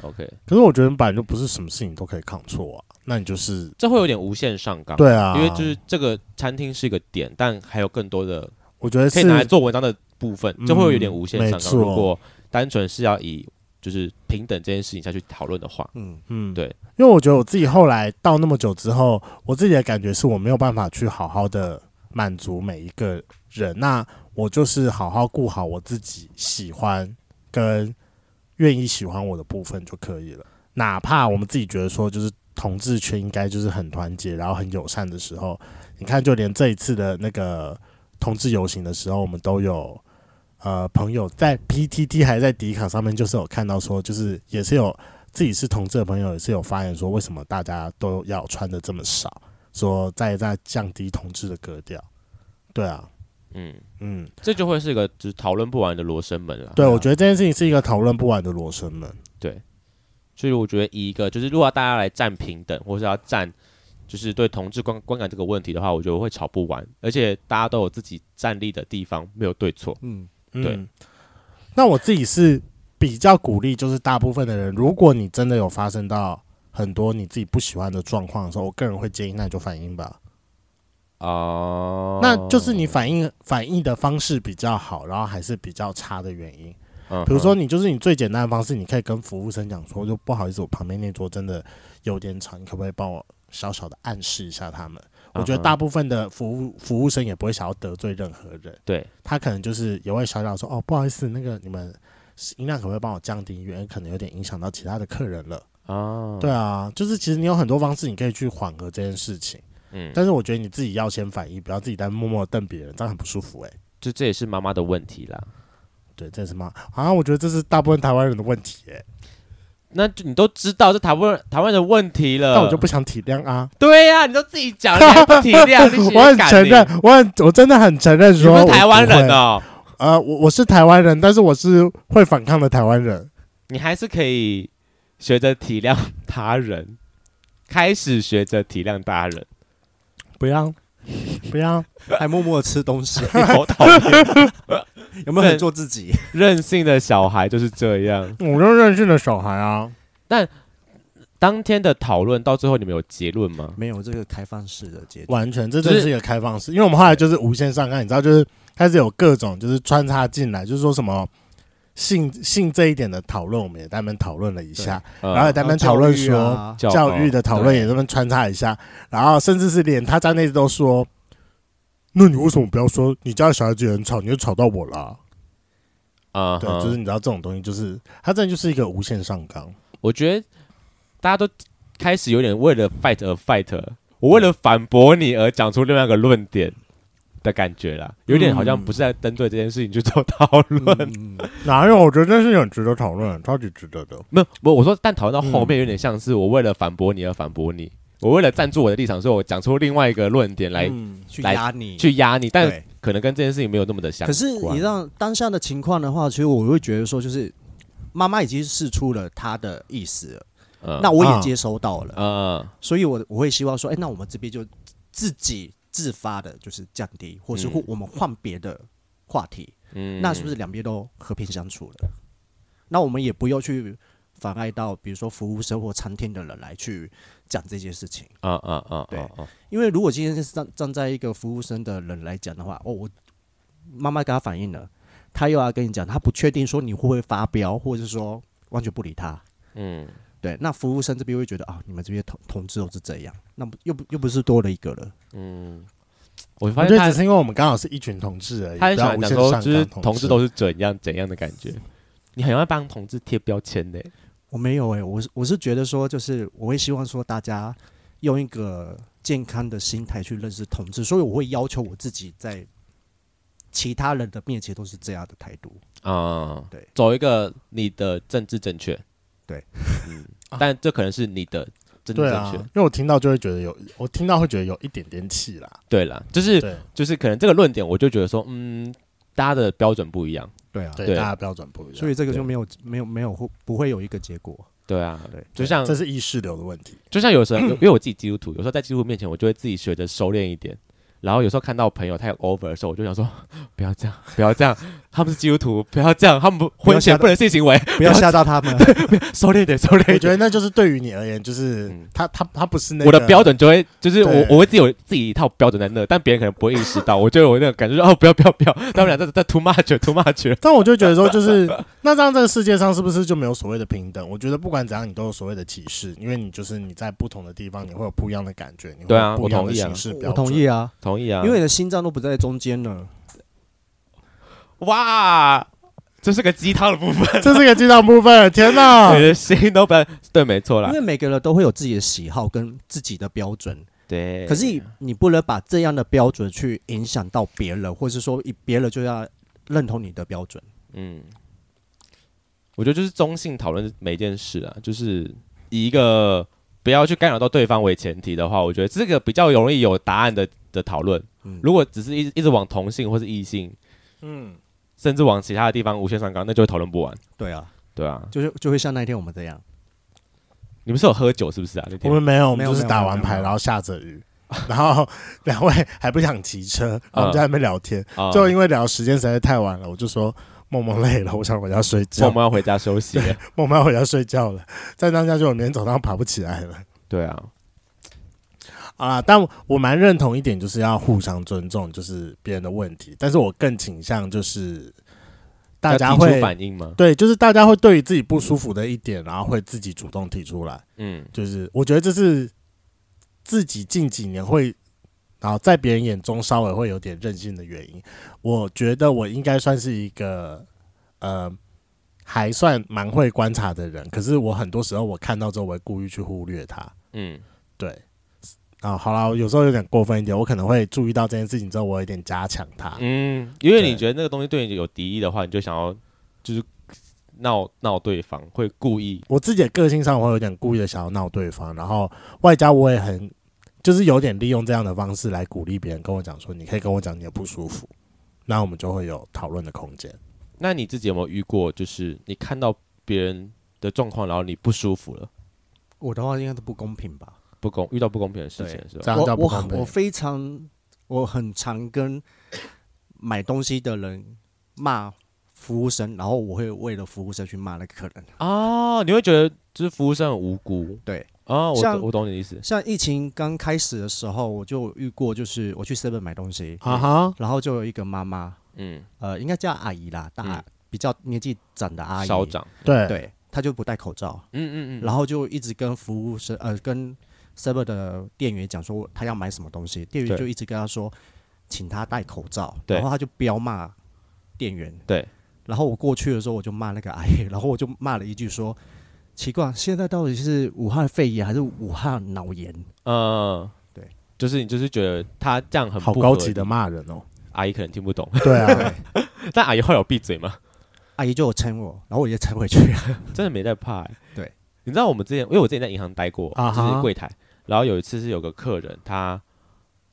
OK，可是我觉得本来就不是什么事情都可以抗错啊，那你就是这会有点无限上纲，、对啊，因为就是这个餐厅是一个点，但还有更多的我觉得是可以拿来做文章的部分，就会有点无限嗯上没纲。错如果单纯是要以就是平等这件事情下去讨论的话，嗯，嗯，对，因为我觉得我自己后来到那么久之后，我自己的感觉是我没有办法去好好的满足每一个人，那我就是好好顾好我自己喜欢跟愿意喜欢我的部分就可以了。哪怕我们自己觉得说，就是同志圈应该就是很团结，然后很友善的时候，你看，就连这一次的那个同志游行的时候，我们都有。呃，朋友在 PTT 还在迪卡上面，就是有看到说，就是也是有自己是同志的朋友也是有发言说，为什么大家都要穿的这么少，说在在降低同志的格调。对啊，嗯，嗯，这就会是一个就是讨论不完的罗生门了。对，我觉得这件事情是一个讨论不完的罗生门。所以我觉得以一个就是如果要大家来站平等，或是要站就是对同志观观感这个问题的话，我觉得我会吵不完，而且大家都有自己站立的地方，没有对错。 嗯，嗯、对，那我自己是比较鼓励，就是大部分的人，如果你真的有发生到很多你自己不喜欢的状况的时候，我个人会建议，那你就反应吧。哦，那就是你反应反应的方式比较好，然后还是比较差的原因。嗯哼，比如说，你就是你最简单的方式，你可以跟服务生讲说，就不好意思，我旁边那桌真的有点吵，你可不可以帮我小小的暗示一下他们？我嗯觉得大部分的服务服务生也不会想要得罪任何人，对，他可能就是也会小小地说，哦，不好意思，那个你们音量可不可以帮我降低一点，因为可能有点影响到其他的客人了。哦，对，啊，就是其实你有很多方式你可以去缓和这件事情，嗯，但是我觉得你自己要先反应，不要自己在默默地瞪别人，这样很不舒服哎、这这也是妈妈的问题啦。对，这是什么？啊，我觉得这是大部分台湾人的问题哎、那就你都知道这台湾台湾的问题了，但我就不想体谅啊。对呀、你都自己讲，你还不体谅，你 我很敢承认，我很我真的很承认你你不说，是台湾人。哦，呃，我我是台湾人，但是我是会反抗的台湾人。你还是可以学着体谅他人，开始学着体谅他人。不要，不要，还默默的吃东 西，你好讨厌， 有没有很做自己？任性的小孩就是这样。 我就认识了小孩啊。当天的讨论到最后，你们有结论吗？没有这个开放式的结局。完全，这就真的是是一个开放式，因为我们后来就是无限上纲，你知道，就是开始有各种就是穿插进来，就是说什么性性这一点的讨论，我们也在那边讨论了一下，呃然后也在那边讨论教育说，啊教教育的讨论对也这么穿插一下，然后甚至是连他家那次都说，那你为什么不要说你家的小孩子也很吵，你就吵到我了？啊，对，就是你知道这种东西，就是他真的就是一个无限上纲。我觉得大家都开始有点为了 fight 而 fight，我为了反驳你而讲出另外一个论点的感觉啦，有点好嗯像不是在针对这件事情去做讨论。嗯，哪有？我觉得这是很值得讨论，超级值得的。没有，不，我说但讨论到后面有点像是我为了反驳你而反驳你，我为了站住我的立场，所以我讲出另外一个论点来、嗯去来压你，去压你，但对。可能跟这件事情没有那么的相可关。是你让当下的情况的话，其实我会觉得说，就是妈妈已经试出了她的意思了，嗯那我啊也接收到了，呃，所以我我会希望说，哎、那我们这边就自己自发的，就是降低，或是嗯或我们换别的话题，嗯那是不是两边都和平相处了？那我们也不要去妨碍到，比如说服务生或餐厅的人来去讲这件事情，啊啊啊，对啊啊因为如果今天是站站在一个服务生的人来讲的话，哦，我妈妈跟他反映了，他又要跟你讲，他不确定说你会不会发飙，或者是说完全不理他，嗯，对，那服务生这边会觉得啊，你们这边同同志都是这样，那不又不又不是多了一个了，我我发觉现得他只是因为我们刚好是一群同志而已，他很不要想无讲限说，上就是纲同志志都是怎样怎样的感觉，你很要帮同志贴标签呢。我没有哎、我是我是觉得说，就是我会希望说大家用一个健康的心态去认识同志，所以我会要求我自己在其他人的面前都是这样的态度。啊，对走一个你的政治正确，对，嗯，但这可能是你的政治对正啊，确因，为我听到就会觉得有，我听到会觉得有一点点气啦。对啦，就是对啊就是可能这个论点，我就觉得说，嗯，大家的标准不一样，对啊，对，对大家标准不一样，所以这个就对没有没有没有会不会有一个 结果？对啊，对，就像这是意识流的问 题。就像有时候，因为我自己基督徒，有时候在基督徒面前，我就会自己学着收敛一点。然后有时候看到朋友他有 over 的时候，我就想说， 不要这样，不要这样，他们是基督徒，不要这样，他们不不要婚前吓到不能性行为，不要吓到他们。收敛一点，收敛我一觉点。得那就是对于你而言，就是嗯他他他不是那我的个标准就会，就是我对我会自己有自己一套标准在那，但别人可能不会意识到。我觉得我那种感觉，哦，不要不要不要，他们俩在在 too much，too much。但我就觉得说，就是 那这样，这个世界上是不是就没有所谓的平等？我觉得不管怎样，你都有所谓的歧视，因为你就是你在不同的地方，你会有不一样的感觉，你会对啊有不一样我的同意啊形式标我准。同意啊，同意啊，因为你的心脏都不在中间了。哇，这是个鸡汤的部分，这是个激动部分。天 哪你，的心都不对，没错啊啦因，为每个人都会有自己的喜好跟自己的标准，对。可是啊你不能把这样的标准去影响到别人，或是说别人就要认同你的标准。嗯，我觉得就是中性讨论每件事啊，就是以一个不要去干扰到对方为前提的话，我觉得这个比较容易有答案的的讨论。嗯如果只是一直一直往同性或是异性，嗯，甚至往其他的地方无限上纲，那就会讨论不完。对啊，对啊，就是就会像那一天我们这样，你们是有喝酒是不是啊？那我天们没有，我没们有就是打完没有没牌，有然后下着雨，然后两位还不想骑车，然后我们就在那边聊天。啊，最后因为聊时间实在太晚了，我就说梦梦累了，我想回家睡我觉。们要回家休息。 梦梦要回家睡觉了，再这样下去，我明天早上爬不起来了。对啊，啊，但我我蛮认同一点，就是要互相尊重，就是别人的问题。但是我更倾向就是大家要提出会反应吗？对，就是大家会对于自己不舒服的一点，然后会自己主动提出来。嗯就是我觉得这是自己近几年会，然后在别人眼中稍微会有点任性的原因。我觉得我应该算是一个呃，还算蛮会观察的人，可是我很多时候我看到之后，我会故意去忽略它。嗯对，啊，好啦，有时候有点过分一点，我可能会注意到这件事情之后，我有点加强它。嗯，因为对你觉得那个东西对你有敌意的话，你就想要就是闹闹对方，会故意我自己的个性上，我会有点故意的想要闹对方，然后外加我也很，就是有点利用这样的方式来鼓励别人跟我讲说，你可以跟我讲你的不舒服，那我们就会有讨论的空间。那你自己有没有遇过，就是你看到别人的状况，然后你不舒服了，我的话应该都不公平吧？不公遇到不公平的事情对的时候这，样我叫不我公很我平。非常我很常跟买东西的人骂服务生，然后我会为了服务生去骂那个客人。哦，你会觉得就是服务生很无辜对，哦，我像懂我懂你的意思，像疫情刚开始的时候，我就遇过，就是我去 Seven 买东西，啊哈，然后就有一个妈妈，嗯，呃，应该叫阿姨啦，大、嗯比较年纪长的阿姨，稍长，对，对，她就不戴口罩，嗯嗯嗯，然后就一直跟服务生呃跟 Seven 的店员讲说她要买什么东西，店员对就一直跟她说，请她戴口罩，对然后她就彪骂店员，对，然后我过去的时候我就骂那个阿姨， 然后我就骂了一句说。奇怪，现在到底是武汉肺炎还是武汉脑炎？嗯，对，就是你就是觉得他这样很好不高合级的理骂人哦。阿姨可能听不懂， 对啊，但阿姨后来有闭嘴吗？阿姨就有撑我，然后我也 撑回去。真的没在怕、欸。对，你知道我们之前，因为我之前在银行待过，啊就哈是柜台，然后有一次是有个客人，他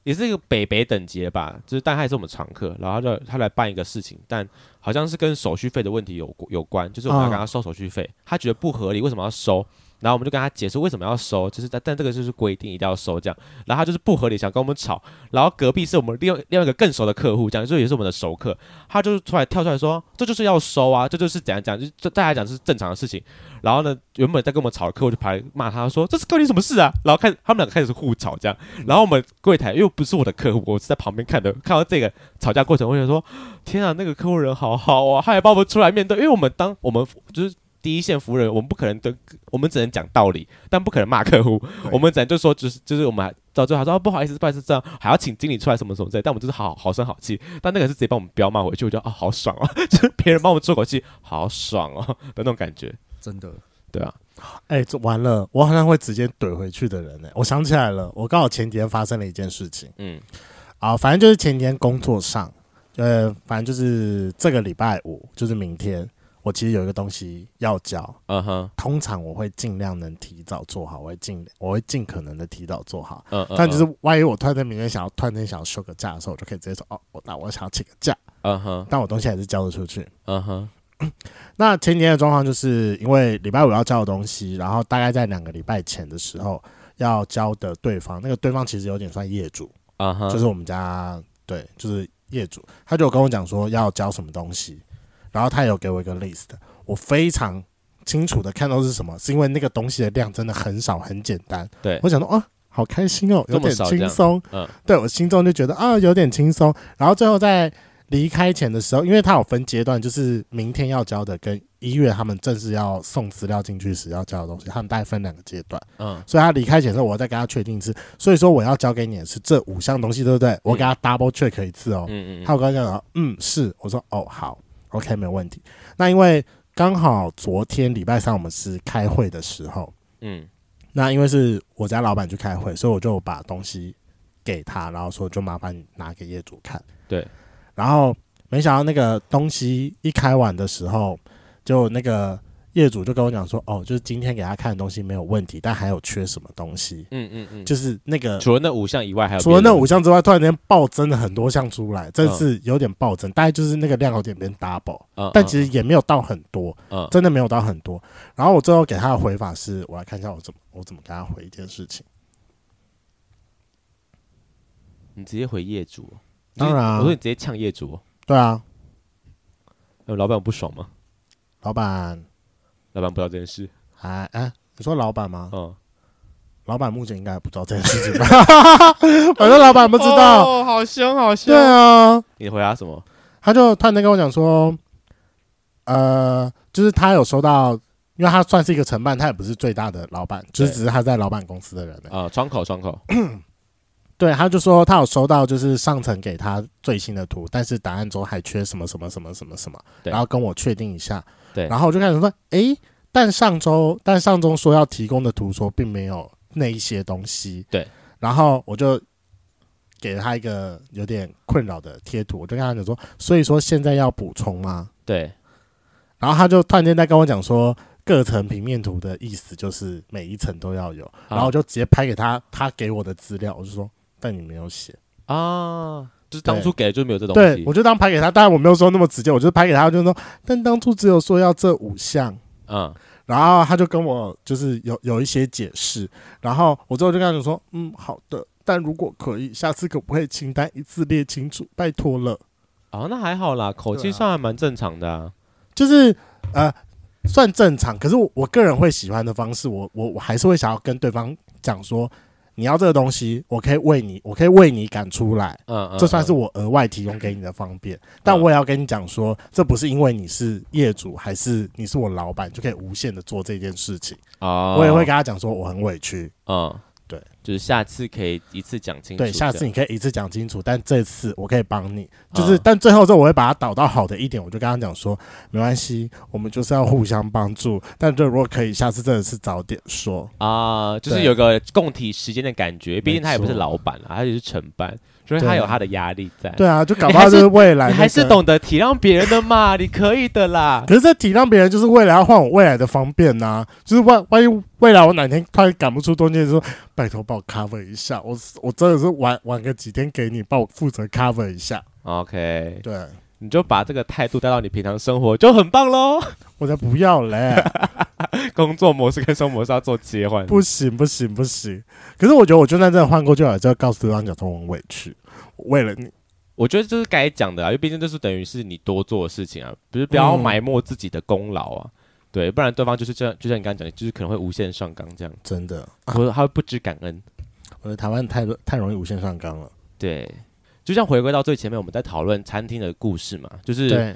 也是一个北北等级的吧，就是但他也是我们常客，然后他就他来办一个事情，但好像是跟手续费的问题有有关，就是我们要跟他收手续费，他觉得不合理，为什么要收？然后我们就跟他解释为什么要收，就是但但这个就是规定一定要收这样，然后他就是不合理，想跟我们吵。然后隔壁是我们另外另外一个更熟的客户，讲就也是我们的熟客，他就是突然跳出来说，这就是要收啊，这就是怎样讲，就是这大家讲是正常的事情。然后呢，原本在跟我们吵的客户就跑来骂他说，这是关你什么事啊？然后开始他们两个开始互吵这样。然后我们柜台又不是我的客户，我是在旁边看的，看到这个吵架过程，我想说，天啊，那个客户人好好啊，他还帮我们出来面对，因为我们当我们就是。第一线服务人，我们不可能对，我们只能讲道理，但不可能骂客户。我们只能就说，就是就是我们还到最后还说、啊、不好意思，不好意思，这样还要请经理出来什么什么之类。但我们就是好好声好气，但那个是直接帮我们彪骂回去，我觉得啊好爽哦， 就是别人帮我们出口气，好爽哦的那种感觉，真的。对啊， 哎、这完了，我好像会直接怼回去的人欸呢、我想起来了，我刚好前几天发生了一件事情嗯啊，反正就是前几天工作上，呃，反正就是这个礼拜五，就是明天，我其实有一个东西要交，嗯哼，通常我会尽量能提早做好，我会尽我会尽可能的提早做好。嗯，嗯但就是万一我突然在明天想要突然间想要休个假的时候，我就可以直接说哦，我那我想要请个假，嗯哼但我东西还是交得出去。嗯哼那前几天的状况就是因为礼拜五要交的东西，然后大概在两个礼拜前的时候要交的对方，那个对方其实有点算业主，嗯哼，就是我们家对，就是业主，他就有跟我讲说要交什么东西，然后他也有给我一个 list，我非常清楚的看到是什么，是因为那个东西的量真的很少，很简单，对我想说啊。好开心哦，有这么点少这轻样松，嗯对我心中就觉得啊，有点轻松。然后最后在离开前的时候，因为它有分阶段，就是明天要交的跟一月他们正式要送资料进去时要交的东西，他们大概分两个阶段。嗯所以他离开前的时候，我再跟他确定一次。所以说我要交给你的是这五项东西，对不对？我给他 double check 一次哦。嗯嗯他有跟我讲，嗯，是。我说哦，好，OK，没有问题。那因为刚好昨天礼拜三我们是开会的时候，嗯那因为是我家老板去开会，所以我就把东西给他，然后说就麻烦你拿给业主看。对，然后没想到那个东西一开完的时候，就那个业主就跟我讲说，哦，就是今天给他看的东西没有问题，但还有缺什么东西，嗯嗯嗯，就是那个。除了那五项以外，还有除了那别的嗯五项之外，突然间暴增了很多项出来，真是有点暴增，大概就是那个量有点变 double，吗，嗯但其实也没有到很多，嗯真的没有到很多。然后我最后给他的回法是，我来看一下我怎么我怎么给他回一件事情。你直接回业主，当然啊我说你直接呛业主，对啊，呃老板不爽吗？老板老板不知道这件事，还哎，你说老板吗？嗯，老板目前应该不知道这件事 情吧？反正老板不不知道。，哦好凶好凶对啊，你回答什么？他就突然间跟我讲说，呃，就是他有收到，因为他算是一个承办，他也不是最大的老板，就是对只是他在老板公司的人、欸。啊，窗口窗口，对，他就说他有收到，就是上层给他最新的图，但是档案中还缺什么什么什么什么什么，对然后跟我确定一下。对然后我就开始说，诶，但上周但上周说要提供的图说并没有那一些东西。对，然后我就给了他一个有点困扰的贴图，我就跟他讲说，所以说现在要补充吗？对，然后他就突然间在跟我讲说。各层平面图的意思就是每一层都要有，然后我就直接拍给他，他给我的资料，我就说，但你没有写，啊，就是当初给的就没有这东对西，，我就当拍给他，当然我没有说那么直接，我就拍给他，就是说，嗯但当初只有说要这五项，嗯然后他就跟我就是有有一些解释，然后我最后就跟他讲说，嗯，好的，但如果可以，下次可不可以清单一次列清楚，拜托了。哦，那还好啦，口气对啊上还蛮正常的啊。就是呃，算正常，可是我我个人会喜欢的方式，我我我还是会想要跟对方讲说，你要这个东西，我可以为你，我可以为你赶出来，嗯嗯，这算是嗯我额外提供给你的方便，但我也要跟你讲说，这不是因为你是业主还是你是我老板就可以无限的做这件事情。哦，我也会跟他讲说我很委屈，嗯，对，就是下次可以一次讲嗯清楚这对，样。下次你可以一次讲清楚，但这次我可以帮你。就啊是，但最后之后我会把它导到好的一点，我就跟他讲说，没关系，我们就是要互相帮助。但这如果可以，下次真的是早点说。啊，就是对有个共体时间的感觉，毕竟他也不是错老板啊，他也是承办，所以对他有他的压力在。对啊，就搞哎你不好还是就是未来你啊那还是个。懂得体谅别人的嘛，你可以的啦。可是这体谅别人，就是为了要换我未来的方便呐、就是万万一未来我哪天突然赶不出东西的时候，拜托帮我 cover 一下，我我真的是晚晚个几天给你，帮我负责 cover 一下。 OK，对，你就把这个态度带到你平常生活就很棒喽。我才不要嘞， 工作模式跟生活模式要做切换，不行不行不行。可是我觉得我就算真的换过去了，就要告诉对方讲说我很委屈，为了你，我觉得这是该讲的啊，因为毕竟这是等于是你多做的事情啊，不是不要嗯埋没自己的功劳啊。对，不然对方就是这样，就像你刚刚讲的，就是可能会无限上纲这样，真的，或者他会不知感恩。我觉得台湾太太容易无限上纲了。对，就像回归到最前面，我们在讨论餐厅的故事嘛，就是对，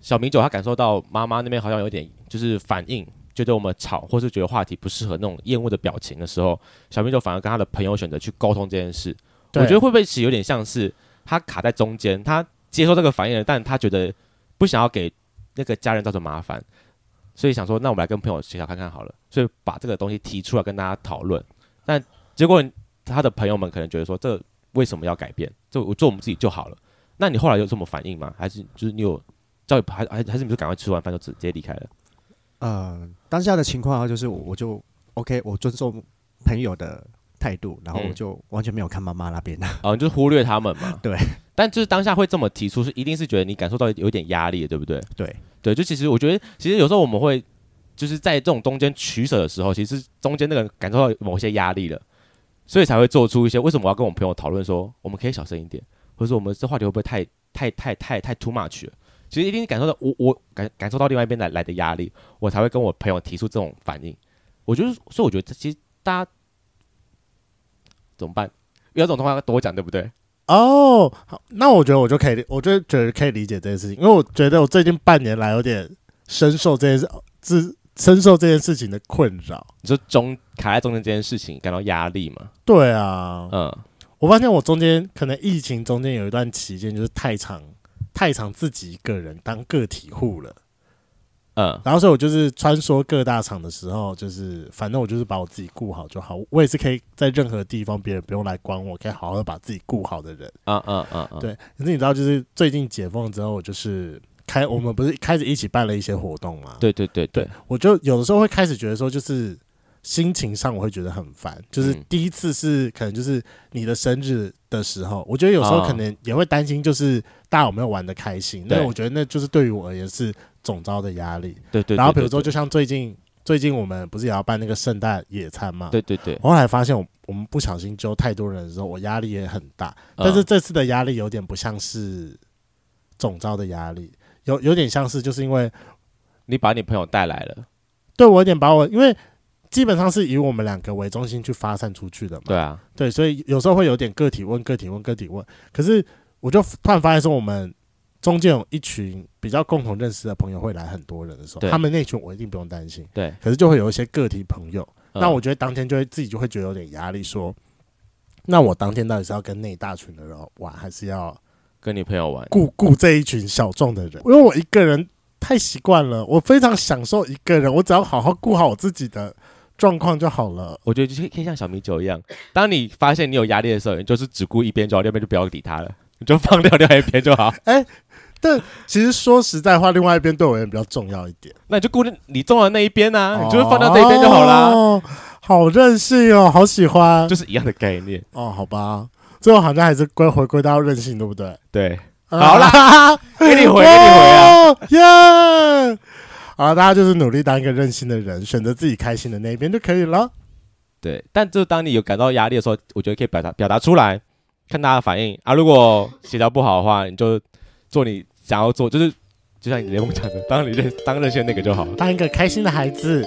小米酒他感受到妈妈那边好像有点就是反应，觉得我们吵，或是觉得话题不适合那种厌恶的表情的时候，小米酒反而跟他的朋友选择去沟通这件事。我对觉得会不会其实有点像是他卡在中间，他接受这个反应了，但他觉得不想要给那个家人造成麻烦，所以想说，那我们来跟朋友协调看看好了，所以把这个东西提出来跟大家讨论。但结果他的朋友们可能觉得说，这为什么要改变？这我做我们自己就好了。那你后来有什么反应吗？还是就是你有叫你还还还是你们就赶快吃完饭就直直接离开了？呃，当下的情况啊，就是我我就 OK，我尊重朋友的态度，然后嗯我就完全没有看妈妈那边。 哦，你就是忽略他们嘛。 对。但就是当下会这么提出，是一定是觉得你感受到有点压力，对不对？对对，就其实我觉得，其实有时候我们会就是在这种中间取舍的时候，其实中间那个人感受到某些压力了，所以才会做出一些为什么我要跟我朋友讨论说，我们可以小声一点，或者说我们这话题会不会太太太太太 too much 了？其实一定感受到我我感感受到另外一边来来的压力，我才会跟我朋友提出这种反应。我觉得，所以我觉得这其实大家怎么办？有种的话要多讲，对不对？哦，好，那我觉得我就可以理，我就觉得可以理解这件事情，因为我觉得我最近半年来有点深受这件事，哦自深受这件事情的困扰。你说中卡在中间这件事情感到压力嘛？对啊，嗯，我发现我中间可能疫情中间有一段期间就是太长太长自己一个人当个体户了，嗯，然后所以我就是穿梭各大厂的时候，就是反正我就是把我自己顾好就好，我也是可以在任何地方别人不用来管我，可以好好的把自己顾好的人。啊啊啊啊！对，可是你知道，就是最近解封之后，我就是开我们不是开始一起办了一些活动嘛？，对对对对对，我就有的时候会开始觉得说，就是心情上我会觉得很烦，就是嗯第一次是可能就是你的生日的时候，我觉得有时候啊可能也会担心，就是大家有没有玩的开心？对那我觉得那就是对于我而言是总招的压力。对对。然后比对如说，就对像最近最近我们不是也要办那个圣诞野餐嘛？对对对，我后来发现我，我们不小心揪太多人的时候，我压力也很大。但是嗯这次的压力有点不像是总招的压力，有有点像是就是因为你把你朋友带来了，嗯对我有点把我，因为基本上是以我们两个为中心去发散出去的嘛。对啊，对，所以有时候会有点个体问、个体问、个体问。可是我就突然发现说，我们中间有一群比较共同认识的朋友会来很多人的时候，对他们那群我一定不用担心。对。可是就会有一些个体朋友，嗯那我觉得当天就会自己就会觉得有点压力说那我当天到底是要跟那一大群的人玩，还是要跟你朋友玩，顾顾这一群小众的人？因为我一个人太习惯了，我非常享受一个人，我只要好好顾好我自己的状况就好了。我觉得就是可以像小米酒一样，当你发现你有压力的时候，你就是只顾一边就好，另一边就不要理他了，你就放掉另外一边就好。其实说实在话，另外一边对我也比较重要一点，那你就顾着你中的那一边啊，你就是放掉这一边就好啦，哦好任性哦，好喜欢就是一样的概念。哦，好吧，最后好像还是归回归到任性，对不对？对，好啦 啦，给你回，给你回啊。哦耶！好了，大家就是努力当一个任性的人，选择自己开心的那一边就可以了。对，但就是当你有感到压力的时候，我觉得可以表达表达出来，看大家的反应啊。如果协调不好的话，你就做你想要做，就是就像你雷梦讲的，当你任当任性那个就好了。当一个开心的孩子，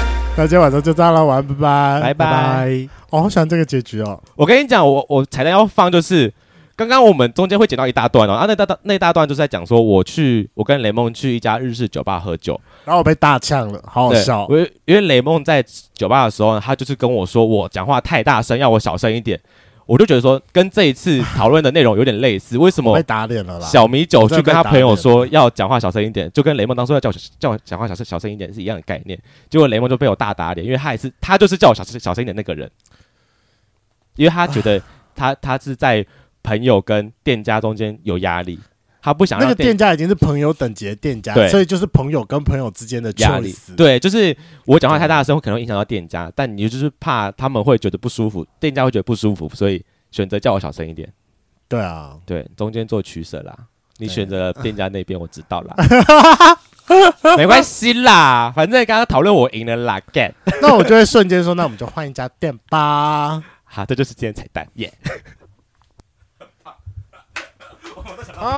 那今天晚上就这样了，晚安，拜拜，拜拜。哦，好喜欢这个结局哦。我跟你讲，我我彩蛋要放就是。刚刚我们中间会剪到一大段哦，啊，那大段那一大段就是在讲说，我去，我跟雷梦去一家日式酒吧喝酒，然后我被大呛了，好好对，笑。我因为雷梦在酒吧的时候，他就是跟我说我讲话太大声，要我小声一点。我就觉得说，跟这一次讨论的内容有点类似，为什我么被打脸了啦！小米酒去跟他朋友我说要讲话小声一点，就跟雷梦当初要叫我叫我讲话小声小声一点是一样的概念。结果雷梦就被我大打脸，因为他也是他就是叫我小声小声一点那个人，因为他觉得他他是在朋友跟店家中间有压力，他不想那让个店家已经是朋友等级的店家对，所以就是朋友跟朋友之间的压力 choice。，对，就是我讲话太大声，可能会影响到店家，但你就是怕他们会觉得不舒服，店家会觉得不舒服，所以选择叫我小声一点。对啊，对，中间做取舍啦。你对选择了店家那边，我知道啦，没关系啦，反正刚刚讨论我赢了啦，get。那我就会瞬间说，那我们就换一家店吧。好，这就是今天彩蛋耶